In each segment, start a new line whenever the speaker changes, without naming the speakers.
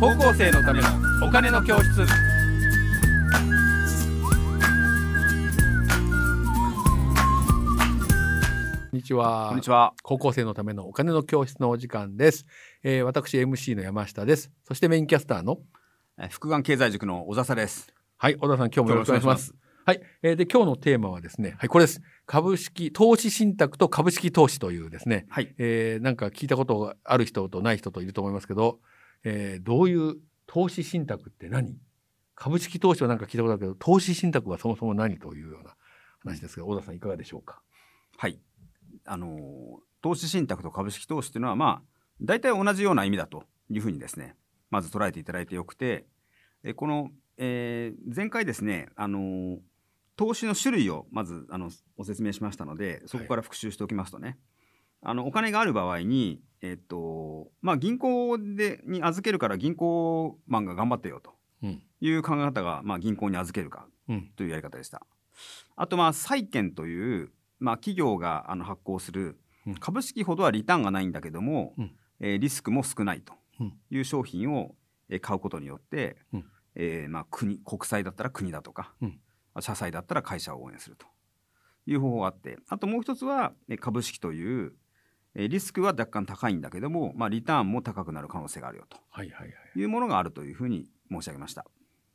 高校生のためのお金の教室
こんにちは。
こんにちは
高校生のためのお金の教室のお時間です。えー私 MC の山下です。そしてメインキャスターの
え福眼経済塾の小笹です
はい小田さん今日もよろしくお願いします。はい、えーで今日のテーマはですねはいこれです株式投資信託と株式投資というですね、
はい
えーなんか聞いたことがある人とない人といると思いますけど、えーどういう投資信託って何？株式投資はなんか聞いたことあるけど投資信託はそもそも何というような話ですが小田さんいかがでしょうか？
はいあのー投資信託と株式投資っていうのはまあ大体同じような意味だというふうにですねまず捉えていただいてよくてえこの、えー前回ですねあのー投資の種類をまずあのお説明しましたのでそこから復習しておきますとね、あのお金がある場合に、えっとまあ、銀行でに預けるから銀行マンが頑張ってよと
うん
いう考え方が、まあ、銀行に預けるか
うん
というやり方でした。あと、まあ、債券という、まあ、企業があの発行する
うん
株式ほどはリターンがないんだけども、
うん
えーリスクも少ないと
うん
いう商品を、えー買うことによって、
うん
えーまあ、国国債だったら国だとか、
うん
社債だったら会社を応援するという方法があってあともう一つは、えー株式という、えーリスクは若干高いんだけども、まあ、リターンも高くなる可能性があるよと
はいはいはい。
いうものがあるというふうに申し上げました。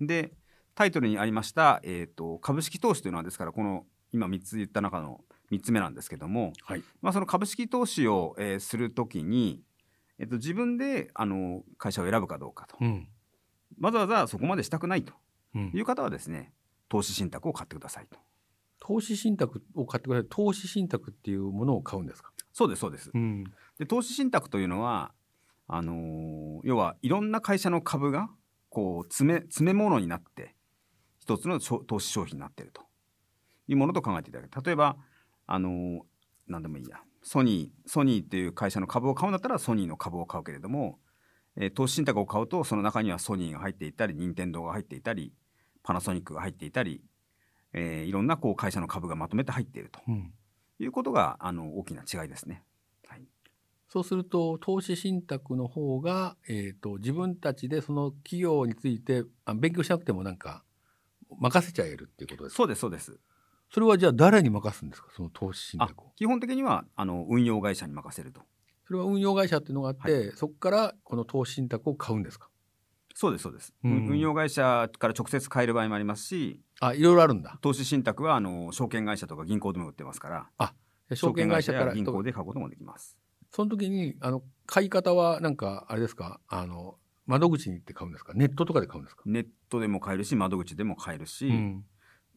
でタイトルにありました、えー、と株式投資というのはですからこの今3つ言った中の3つ目なんですけども、
はい
まあ、その株式投資を、えーするときに、えっと自分であの会社を選ぶかどうかと、
うん
わざわざそこまでしたくないと
うん
いう方はですね投資信託を買ってくださいと
投資信託を買ってください投資信託っていうものを買うんですか、
そうですそうです
うん
で投資信託というのはあのー要はいろんな会社の株がこう詰め詰め物になって一つの商投資商品になっているというものと考えていただける例えば、あのー何でもいいやソニーソニーっていう会社の株を買うんだったらソニーの株を買うけれども、えー投資信託を買うとその中にはソニーが入っていたり任天堂が入っていたりパナソニックが入っていたり、えーいろんなこう会社の株がまとめて入っているということがあの大きな違いですね。はい
そうすると投資信託の方が、えー、と自分たちでその企業についてあ勉強しなくてもなんか任せちゃえるっていうことですか
そうですそうです
それはじゃあ誰に任すんですかその投資信託を
基本的にはあの運用会社に任せると
それは運用会社っていうのがあって、そこからこの投資信託を買うんですか
そうですそうです、
うん
運用会社から直接買える場合もありますし
あいろいろあるんだ
投資信託はあの証券会社とか銀行でも売ってますから
証券会社か
証
ら
や銀行で買うこともできます
その時にあの買い方はなんかあれですかあの窓口に行って買うんですかネットとかで買うんですか、
ネットでも買えるし窓口でも買えるし、
うん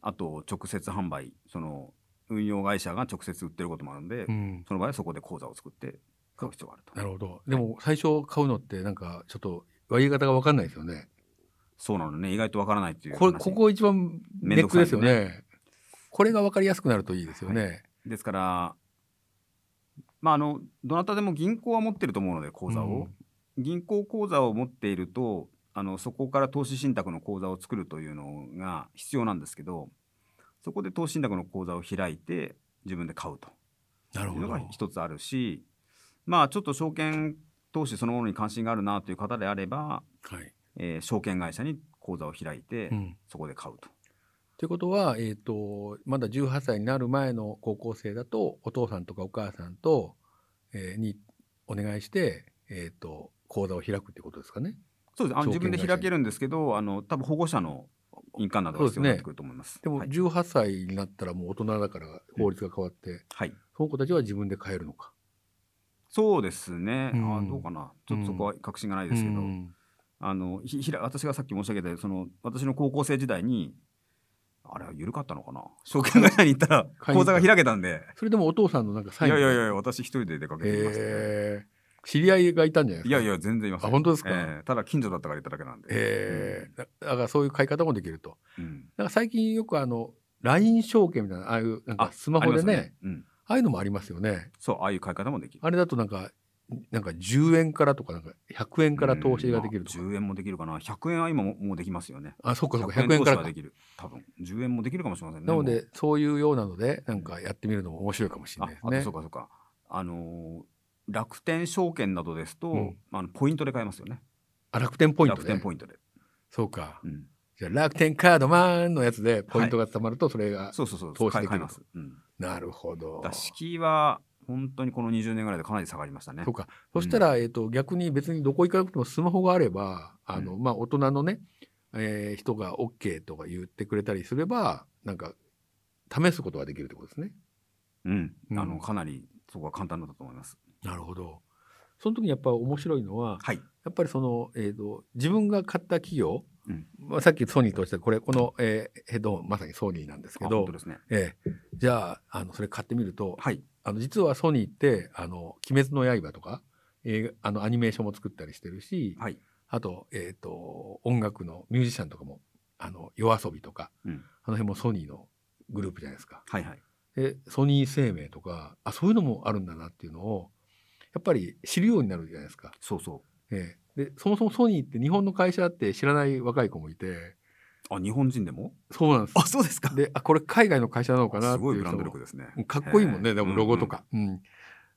あと直接販売その運用会社が直接売ってることもあるので、
うん
その場合はそこで口座を作って買う必要があると
なるほど。でも最初買うのってなんかちょっと割り方が分かんないですよね。
そうなのね意外とわからないっていう
これ
話
ここ一番ネックですよね。これが分かりやすくなるといいですよね。
ですから、まあ、あのどなたでも銀行は持ってると思うので口座を、銀行口座を持っているとあのそこから投資信託の口座を作るというのが必要なんですけどそこで投資信託の口座を開いて自分で買うと
なる
いう
ほ
の
ど
が。一つあるしまあちょっと証券投資そのものに関心があるなという方であれば、
はい。
えー証券会社に口座を開いて、
うん。
そこで買うと。
ということは、えっ、と、まだ18歳になる前の高校生だと、お父さんとかお母さんと、えーにお願いして、えっ、と、講座を開くってことですかね。
そうですあの
証
自
券
分で
会社
開けるんですけどあの多分保護者の印鑑などが必要になってくると思います。
でも
はい
18歳になったらもう大人だから法律が変わって、
はい
その子たちは自分で買えるのか。
そうですね、
うん
あどうかな、ちょっとそこは確信がないですけど、
うん
あのひひら私がさっき申し上げたようにその、私の高校生時代に、あれは緩かったのかな、証券会社に行った ら、
買い
口
に行った
座が開けたんで、
それでもお父さんのなんか
い
サイン
やいやいや、私、一人で出かけてきましたよ、
えー知り合いがいたんじゃないです
い
か
やいや、全然いません
あ本当ですか
ええただ、近所だったから行っただけなんで、
えーだだからそういう買い方もできると
うん
なんか最近よくあの LINE 証券みたいなああいうなんかスマホでね
ありますようん、
ああいうのもありますよね
そう、ああいう買い方もできる。
あれだとなんかなんか10円からとかなんか100円から投資ができるとか、
うんまあ10円もできるかな、100円は今ももうできますよね。
あそっかそっか
100
100
円
円
投
か
資
ら
は
か
できる、多分10円もできるかもしれませんね。
な
も
の
う
でそういうようなのでなんかやってみるのも面白いかもし
あ
れないで
あと
す
そう
ね
かそうかあのー楽天証券などですと、
うん
あのポイントで買えますよね
あ楽天ポイント
楽
で
天ポイントで、
そうか
うん、
じゃあ楽天カードマンのやつでポイントが貯まるとそれが、
そうそうそう
投資
買
で
い
き
買
る
います、うん、
なるほど
だから敷居は本当にこの20年ぐらいでかなり下がりましたね
そうかそしたら、えっと逆に別にどこ行かなくてもスマホがあればあの、まあ、大人のね、えー人が OK とか言ってくれたりすればなんか試すことができるってことですね。
うん、
うん
あのかなりそこは簡単だったと思います。
なるほどその時にやっぱ面白いのは
はい、
やっぱりその、えー、と自分が買った企業、
うん
まあ、さっきソニーとおっしゃったこれこの、えーヘッドホンまさにソニーなんですけ
あ
ど
本当、ですね。
ええじゃああのそれ買ってみると
はい、
あの実はソニーって「あの鬼滅の刃」とか、えーあのアニメーションも作ったりしてるし、
はい、
あと,、えー、と音楽のミュージシャンとかもあの夜遊びとか
うん、
あの辺もソニーのグループじゃないですか。
はいはい、
でソニー生命とかあそういうのもあるんだなっていうのをやっぱり知るようになるじゃないですか。
そうそ
ええでそもそもソニーって日本の会社って知らない若い子もいて
う。あ、日本人でも？
そうなんです。
あ、そうですか。
であこれ海外の会社なのかな
す
って
ごい
いう
ブラ
人
ンド
も
力ですね。
かっこいいもん
へ
ね
ー
でもロゴと。か、うん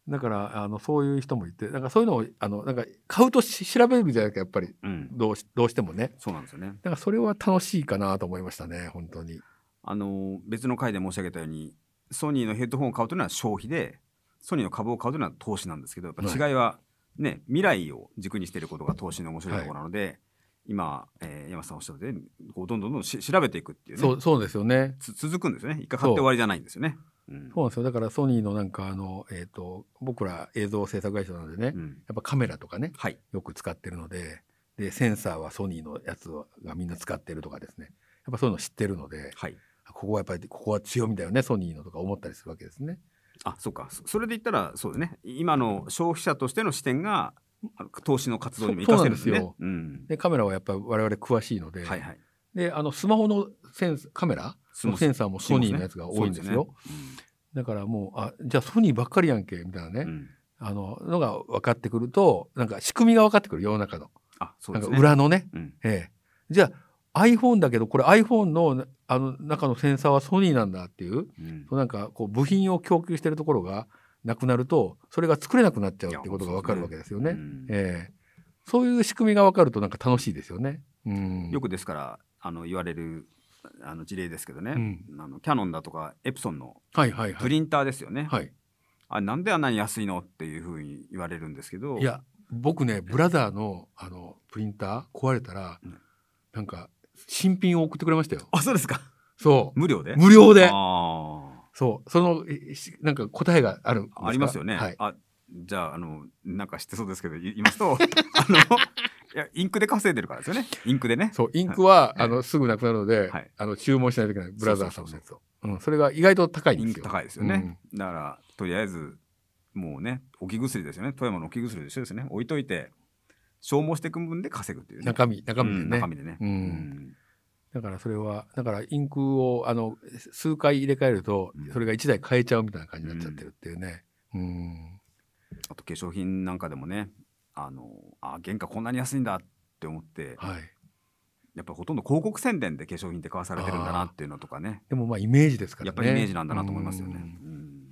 だからあのそういう人もいてだからそういうのをあのなんか買うとし調べるじゃないですかやっぱり
うんうん、うん
どうしどうしてもね
そうなんですよね。
だからそれは楽しいかなと思いましたね本当に
あの別の回で申し上げたように、ソニーのヘッドホンを買うというのは消費で、ソニーの株を買うというのは投資なんですけど、やっぱ違いはね、未来を軸にしていることが投資の面白いところなので、今、えー、山さんおっしゃったように、こうどんどんどんどんし調べていくっていうね。
そうそうですよね
つ続くんですよね。一回買って終わりじゃないんですよね。うん
そうなんですよだからソニーのなんかあの、えー、と僕ら映像制作会社なのでね、や
うん
っぱカメラとかね
はい。
よく使ってるのででセンサーはソニーのやつがみんな使ってるとかですねやっぱそういうの知ってるので
はい。
ここはやっぱりここは強みだよねソニーのとか思ったりするわけですね。
あ、そうか。そそれで言ったら、そうですね。今の消費者としての視点が、あの投資の活動にも生かせるんですね。
そう
うん。
でカメラはやっぱり我々詳しいので,、
はいはい。
であのスマホのセンスカメラ
ス
のセンサーもソニーのやつが多いんですよ。だからもうあじゃあソニーばっかりやんけみたいな
そ
ね、
うですねうん
あののが分かってくるとなんか仕組みが分かってくる世の中の、
あ、そう
な
です
んか
ね。
裏のね、
うん。
ええ、じゃあ iPhone だけどこれ iPhone のあの中のセンサーはソニーなんだっていう
うん
そうなんかこう部品を供給してるところがなくなるとそれが作れなくなっちゃうってことが分かるわけですよね。
うん
ええそういう仕組みが分かるとなんか楽しいですよね。うん、
よくですから、あの、言われる、あの、事例ですけどね。
うん
あのキャノンだとかエプソンの
はいはいは
プ
い。
リンターですよね、
はい、
あなんであんなに安いのっていうふうに言われるんですけど
いや僕ねブラザーのあのプリンター壊れたら、
うん
なんか新品を送ってくれましたよ。
あそうですか
そう
無料で
無料で
ああ
そうそのえしなんか答えがあるんですか
ありますよね。
はい、
あじゃああのなんか知ってそうですけど言います とあのいやインクで稼いでるからですよねインクでね。
そうインクは、
はい
あのすぐなくなるので、
はい
あの注文しないといけないブラザーさんのやつ
そ
を。うん、それが意外と高い
イ
ん
ン
です
ク
よ。
高いですよね。だからとりあえずもうね置き薬ですよね富山の置き薬と一緒ですね置いといて消耗していく分で稼ぐっていう
うん
ね。
中身中身で
うん
ね、
中身でね。
うん
うん
だからそれはだからインクをあの数回入れ替えると、
うん
それが1台変えちゃうみたいな感じになっちゃってるっていうね。うん
あと化粧品なんかでもねあのあ原価こんなに安いんだって思って
はい。
やっぱほとんど広告宣伝で化粧品って買わされてるんだなっていうのとかね
でもまあイメージですから
やっ
ね。
ぱりイメージなんだなと思いますよね。
う
うんん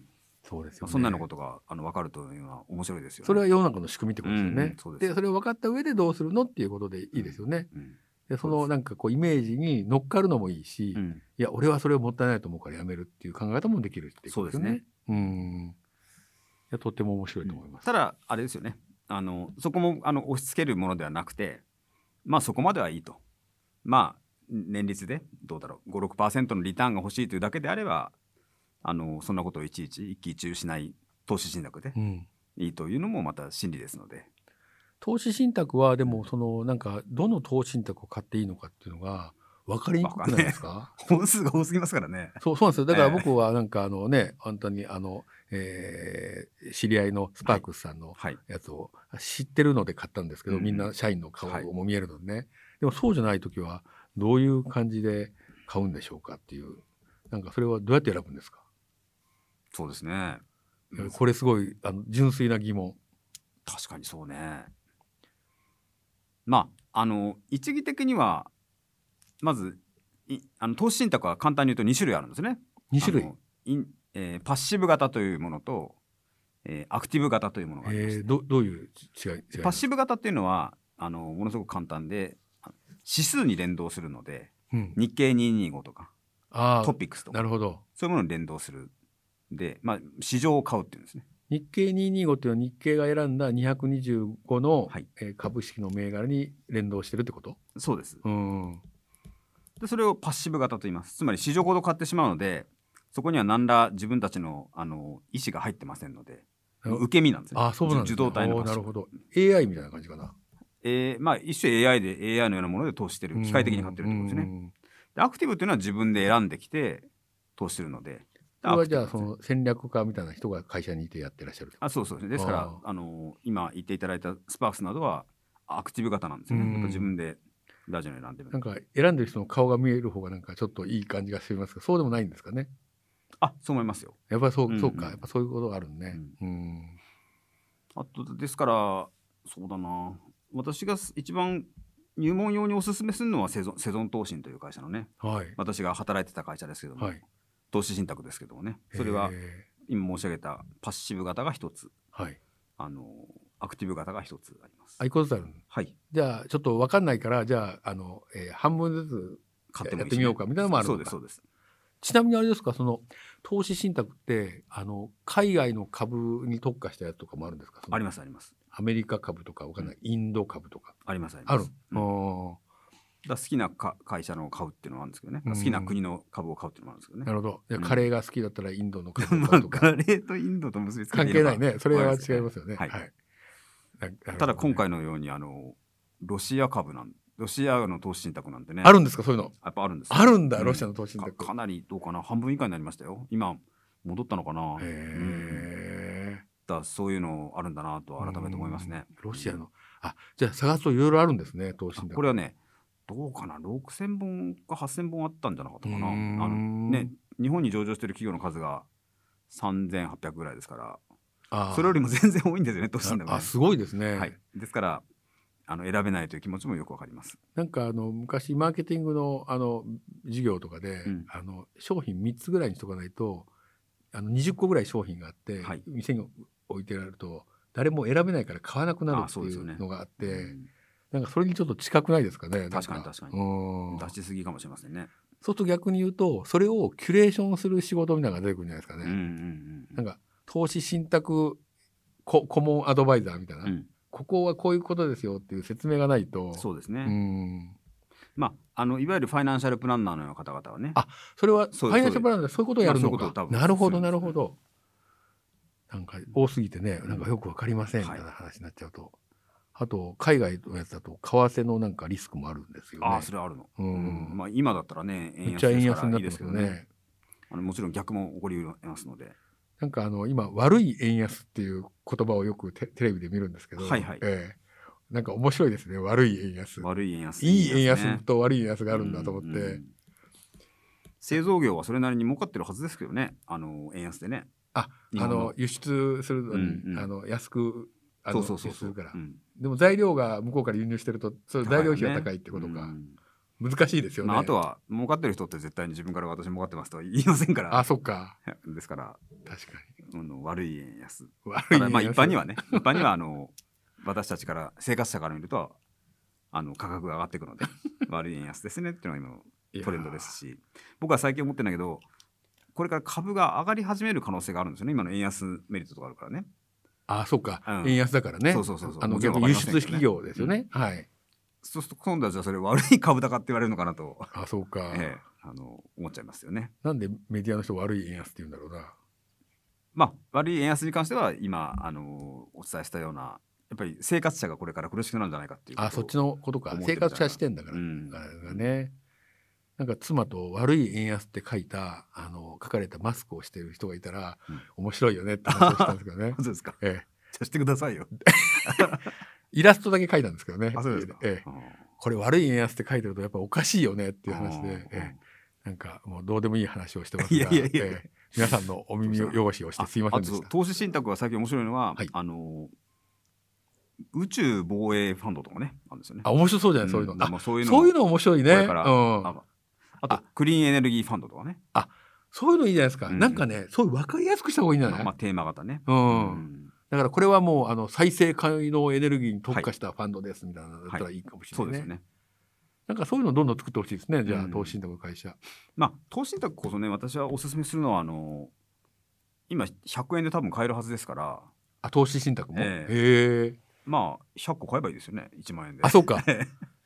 そうです
ま
よ、
あ
ね。
そんなようなことがあの分かるというのは面白いですよね。
それは世の中の仕組みってことですよね。
うんうんそうで
ですそれを分かった上でどうするのっていうことでいいですよね。
うん
でそ
そうで
の
す
なんかこうイメージに乗っかるのもいいし、
う
い
ん
や俺はそれをもったいないと思うからやめるっていう考え方もできるっていうことですよね。
そうです
うん。いやとても面白いと思います。
ただあれですよねあのそこもあの押し付けるものではなくてまあそこまではいいとまあ年率でどうだろう56%のリターンが欲しいというだけであればあのそんなことをいちいち一喜一憂しない投資信託で
うん。
いいというのもまた真理ですので
投資信託はでもそのなんかどの投資信託を買っていいのかっていうのが分かりにくくないですか？
本数が多すぎますからね。
そうそうなんですよ。だから
ええ
僕はなんかあのね、本当にあの、えー知り合いのスパークスさんの
はい、
やつを知ってるので買ったんですけど、
うん
みんな社員の顔も見えるのでね、でもそうじゃない時はどういう感じで買うんでしょうかっていうなんかそれはどうやって選ぶんですか、
そうですねうん
これすごいあの純粋な疑問
確かにそうねまああの一義的にはまずいあの投資信託は簡単に言うと2種類あるんですね
2種類
あ、のインえーパッシブ型というものと、えーアクティブ型というものがありまし
え
て
ー、どどういう違い違い
パッシブ型っていうのはあのものすごく簡単であの指数に連動するので
うん、
日経225とか
あ
トピックス
あ
と
な
か
るほど
そういうものに連動するで、まあ、市場を買うっていうんですね。
日経225というのは日経が選んだ225の、
はい
えー株式の銘柄に連動してるってこと
そうです
うん
でそれをパッシブ型と言いますつまり市場ごと買ってしまうのでそこには何ら自分たちのあの意思が入ってませんので
なる
受け身なんですね
あそうなんです、ね、
受動体の
おー
パッ
な
シ
る
ブ
ほど AI みたいな感じかな
えーまあ、一種 AI で AI のようなもので投資してる機械的に買ってるってことです
うん
ね
うんうん
でアクティブっていうのは自分で選んできて投資するので
それはじゃ
ア
あ
クテ
そ
ィブなんですね
の戦略家みたいな人が会社にいてやってらっしゃる
あそうそうですねですから
あ
あの今言っていただいたスパークスなどはアクティブ型なんですよね、
うん
やっぱ自分でラジオに選んでる
なんか選んでる人の顔が見える方がなんかちょっといい感じがしますけどそうでもないんですかね
あそう思いますよ
やっぱりそう,、
うんうん
そうかやっぱそういうことがあるね、うん
あとですからそうだな私が一番入門用におすすめするのはセゾンセゾン投信という会社のね
はい
私が働いてた会社ですけども、
はい
投資信託ですけどもねそれは
え
今申し上げたパッシブ型が一つ
ーはい
あのアクティブ型が一つあります
あいこずある
はい
じゃあちょっと分かんないからじゃああの、えー半分ずつ
買ってもいい
や
しね
ってみようかみたいなのもあるの
そ
か
うですそうです
ちなみにあれですかその投資信託ってあの海外の株に特化したやつとかもあるんですか
ありますすあります
アメリカ株とかわかんない、インド株とか
ありますあり
あ
ま
る
す、うんだか
あ
ら好きなか会社のを買うっていうのもあるんですけどね
うん
好きな国の株を買うっていうのもあるんですけど
ー
ね
なるほどじゃあ
うん
カレーが好きだったらインドの 株
まあ
を買うとか、
カレーとインドと結びつけて
関
い
係
れば
ないね。それは違いますよね。
は
は。
いい
ななるほどね
ただ今回のようにあのロシア株なんロシアの投資信託なんてね
あるんですかそういうの。
やっぱあるんですよ
あるんだ
うん
ロシアの投資信
か
託。
かなりどうかな半分以下になりましたよ今戻ったのかな、
へえ。
だからそういうのあるんだなとは改めて思いますね
うんロシアのあじゃあ探すといろいろあるんですね投資信
あ
託。
これはねどうかな6000本か8000本あったんじゃなかったかな
う
あ
ーん
のね日本に上場してる企業の数が3800ぐらいですから
あー
それよりも全然多いんですよね投資信託
あ
ね
あすごいですね。
はい、ですからあの選べないという気持ちもよくわかります
なんかあの昔マーケティングのあの事業とかで、
うん
あの商品3つぐらいにしとかないとあの20個ぐらい商品があって、
はい
店に置いてられると誰も選べないから買わなくなる
あ
って
そうで
い
すよね
うのがあって
うん
なんかそれにちょっと近くないですかね。なん
確かに確かに
うん
出しすぎかもしれませんね。
そうすると逆に言うと、それをキュレーションする仕事みたいなのが出てくるんじゃないですか
う
ね。
んうんう
なん
ん
か、投資信託こ顧問アドバイザーみたいな、
うん、
ここはこういうことですよっていう説明がないと、
そうですね、
うん
まああのいわゆるファイナンシャルプランナーのような方々はね
あそれはフ
そう
ァイナンシャルプランナーでそういうことをやるの
そういうこと
か
を多。分
なるほど、
するんですね
なるほど。なんか多すぎてね、なんかよくわかりませんみ
は
た
い
いな話になっちゃうと。あと、海外のやつだと、為替のなんかリスクもあるんですよね。
ああそれはあるの、
うん
うんまあ、今だったらね
めっちゃ円安になっ
で
てますす
か
よ
らいいですけどね。
ね
あのもちろん逆も起こりうりますので
なんかあの今悪い円安っていう言葉をよくテテレビで見るんですけど、
はいはい
ええなんか面白いですね悪い円安
悪い円安
いい円
ね
安と悪い円安があるんだと思って、
うんうん製造業はそれなりに儲かってるはずですけどねあの円安でね
あ
日
あ
本の
の輸出するのに、
うんうん
あの安くあ
そ
の
うそうそう
輸出す
そう
るから、
うん
でも材料が向こうから輸入してるとその材料費が高いってこと
高いよ
か
ね、うん
難しいですよね、
まあ、あとは儲かってる人って絶対に自分から私儲かってますとは言いませんから
あそっか
ですから
確か
あの悪い円安
に悪い
た
円
だ
安
まあ一般にはね一般にはあの私たちから生活者から見るとあの価格が上がっていく ので悪い円安ですねっていうのが今のトレンドですし僕は最近思ってんだけどこれから株が上がり始める可能性があるんですよね今の円安メリットとかあるからね
あそっか、
うん
円安だからね
そうそうそうそう
あの
もちろん
逆
わ
に
か
輸
りませんけどね
出企業ですよね、はい
そうすると今度はじゃあそれ悪い株高って言われるのかなと、
あそうか、
ええ、あの思っちゃいますよね
なんでメディアの人悪い円安って言うんだろうな
まあ悪い円安に関しては今あのお伝えしたようなやっぱり生活者がこれから苦しくなるんじゃないかっていうこと
あそっちのことか
思ってる
生
んじゃない
活者視点だから、
うん
あれがねなんか妻と「悪い円安」って書いたあの書かれたマスクをしてる人がいたら、
うん
面白いよねって話をしたんですけど
、
ね
そうですか
ええ、
じゃあしてくださいよ
イラストだけ書いたんですけどね
あそうですか、
ええ、
うん
これ悪い円安って書いてるとやっぱおかしいよねっていう話
うん
で、ええ、なんかもうどうでもいい話をしてます
い
が
やいやいや
ええ皆さんのお耳汚しをしてすいませんで
ああ
し
と
た。
投資信託が最近面白いのは、
はい
あの宇宙防衛ファンドとかねあるんですよね
あ。面白そうじゃない、そういうの。
ん
あ
まあ、そういうの
そういうの面白いね。
これから
うん
ああとクリーンエネルギーファンドとかね、
そういうのいいじゃないですか。
うん
なんかね、そういう分かりやすくした方がいいんじゃ
ま
ない、
あまあ、テーマ型ね。
う。
うん
だからこれはもうあの再生可能エネルギーに特化したファンドですみたいなのだったらいいかもしれ
そ
な
う
い
です
ね。
よね。
なんかそういうのをどんどん作ってほしいですね。じゃ
う
あ
ん
投資信託の会社。
まあ投資信託こそね私はお勧めするのはあの今100円で多分買えるはずですから
あ投資信託も。
え
へえ。
まあ100個買えばいいですよね1万円で。。
あそうか
え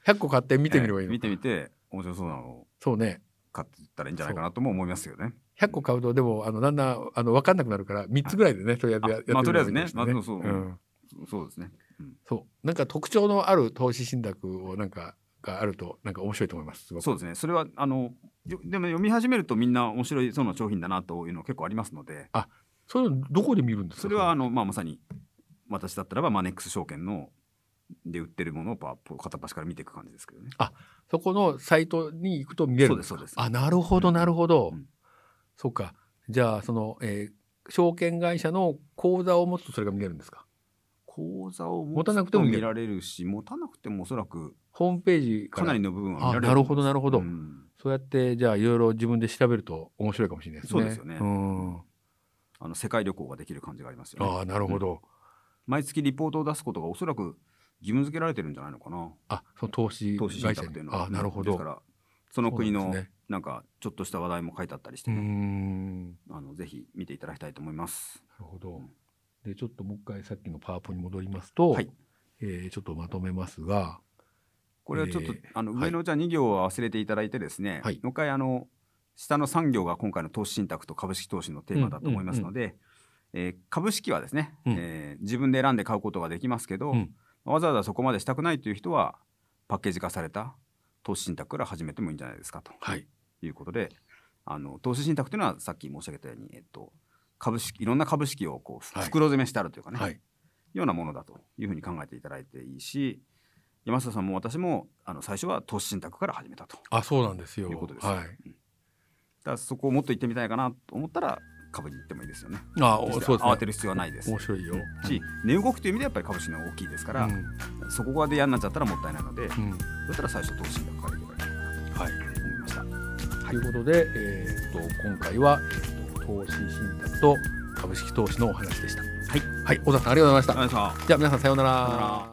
100個買って見
見
てみればいいのか。
見てみて面白そうなのを
そうね。
買っていったらいいんじゃないかなとも思いますよね。
100個買うとでもあのだんだんあの分かんなくなるから3つぐらいでねとりあえずややって
まあ
みればいいかもしれ
とりあえずねま
ない
あそうそう
うん
そそうですね。うん
そうなんか特徴のある投資信託をなんかがあるとなんか面白いと思います。すごく
そうですね。それはあのよでも読み始めるとみんな面白いそうな商品だなというの結構ありますので、
それどこで見るんですか。
それはあのまあまさに私だったらばマネックス証券ので売ってるものをパー片っ端から見ていく感じですけどね。
そこのサイトに行くと見れるんか
そうですそうです
あなるほ
う
ど
ん
なるほど、
うん
そうかじゃあその、えー証券会社の口座を持つとそれが見れるんですか
口座を
持
持
たな
つ
くて
と
も見れ
見
る
られるし、持たなくてもおそらく
ホームページか
からなりの部分は見られ
あ
る。
なるほどなるほど、
うん
そうやってじゃあいろいろ自分で調べると面白いかもしれないですね
そうですよね
ん
あの世界旅行ができる感じがありますよね。
ああなるほど、
毎月リポートを出すことがおそらく義務付けられてるんじゃないのかな。
あその投資
投
会
資信
社
託
に
というのは。
あなるほ
です
ど
からその国
そう
の
なんですね
なんかちょっとした話題も書いてあったりし
う
て
ー
ね、
んな
あのぜひ見ていただきたいと思います。
るほどでちょっともう一回さっきのパワポに戻りますと、
はい
えーちょっとまとめますが
これはちょっと、
えー
あの
は
上
い
のじゃあ2行は忘れていただいてですね、
はい
もう一回あの下の3行が今回の投資信託と株式投資のテーマだと思いますので、えー株式はですね、
うん
えー自分で選んで買うことができますけど、
うん
わざわざそこまでしたくないという人はパッケージ化された投資信託から始めてもいいんじゃないですかと
はい
いうことであの投資信託というのはさっき申し上げたように、えっと、株式いろんな株式をこう
はい
袋詰めしてあるというかね、
はい
ようなものだというふうに考えていただいていいし山下さんも私もあの最初は投資信託から始めたとだか
あそうなんですよ
いうことです
はい
らそこをもっと行ってみたいかなと思ったら株に行ってもいいですよね
あ
決し
お
て
そうですね
慌てる必要はないです
面白いよ。
し値動きという意味ではやっぱり株式の方が大きいですか
う
ら、
ん
そこがで嫌になっちゃったらもったいないので、
うん
だったら最初投資信託から行けばいいかな
はい、
と思いました
ということで、えーっと今回は、えーっと投資信託と株式投資のお話でした。
はい
はい、小田さんありがとうございました。
ありがとうございました
じゃあ皆さんさような
さような
ら
ら。